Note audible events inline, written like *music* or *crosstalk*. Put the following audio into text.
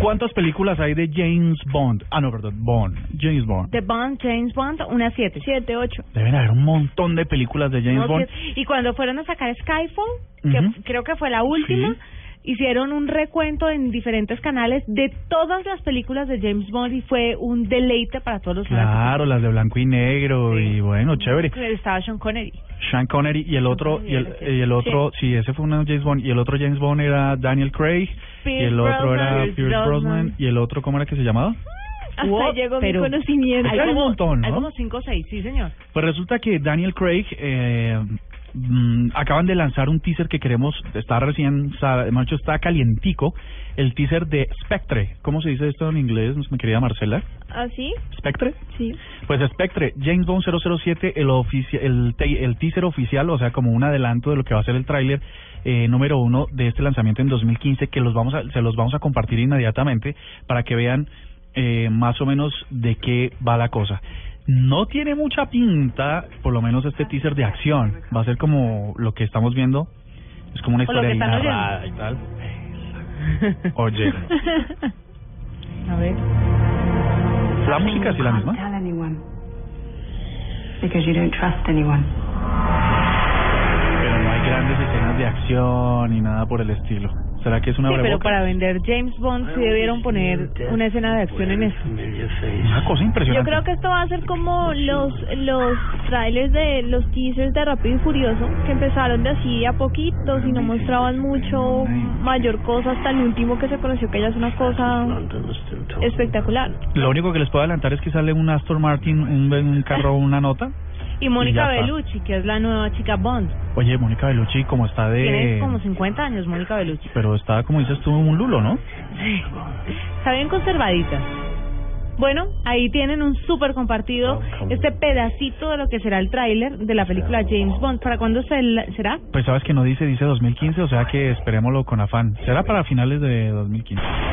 ¿Cuántas películas hay de James Bond? Ah, no, perdón, Bond. James Bond. The Bond, James Bond, una siete. Siete, ocho. Deben haber un montón de películas de James No, Bond. siete. Y cuando fueron a sacar Skyfall, que Ujú. creo que fue la última, Sí. hicieron un recuento en diferentes canales de todas las películas de James Bond y fue un deleite para todos los Claro, las de blanco y negro Sí. y bueno, chévere. fanáticos. Estaba Sean Connery. Sean Connery y el otro y el, y el otro, sí. ese fue uno de James Bond y el otro James Bond era Daniel Craig y Pierce el otro era Brosnan. Pierce Brosnan. Pierce Brosnan. y el otro cómo era que se llamaba? Hasta llegó mi conocimiento. Hay Hay un como- montón, ¿no? Hay como cinco o seis, sí, señor. Pues resulta que Daniel Craig eh, mm, acaban de lanzar un teaser que queremos, está recién, sa- de hecho está calientico, el teaser de Spectre. ¿Cómo se dice esto en inglés, mi querida Marcela? ¿Ah, sí? ¿Spectre? Sí. Pues Spectre, James Bond 007, el, ofici- el, te- el teaser oficial, o sea, como un adelanto de lo que va a ser el tráiler eh, número uno de este lanzamiento en 2015, que los vamos a, se los vamos a compartir inmediatamente para que vean eh, más o menos de qué va la cosa. No tiene mucha pinta, por lo menos este teaser de acción. Va a ser como lo que estamos viendo, es como una O lo historia ahí que están oyendo. narrada y tal. Oye, *laughs* A ver. la música es la misma. Tell anyone. Because you don't trust anyone. Pero no hay grandes escenas de acción ni nada por el estilo. ¿Será que es una sí, pero breboca? para vender James Bond sí debieron poner una escena de acción en eso. Una cosa Yo impresionante. creo que esto va a ser como los los trailers de los teasers de Rápido y Furioso, que empezaron de así a poquitos y no mostraban mucho mayor cosa hasta el último que se conoció que ya es una cosa espectacular. Lo único que les puedo adelantar es que sale un Aston Martin, un, un Ah. carro, una nota. Y Mónica ya está. Bellucci, que es la nueva chica Bond. Oye, Mónica Bellucci, como está Tiene de... como 50 años, Mónica Bellucci. Pero está, como dices tú, un lulo, ¿no? Sí. Está bien conservadita. Bueno, ahí tienen un súper compartido este pedacito de lo que será el tráiler de la película James Bond. ¿Para cuándo se la- será? Pues sabes que no dice, dice 2015, o sea que esperémoslo con afán. Será para finales de 2015.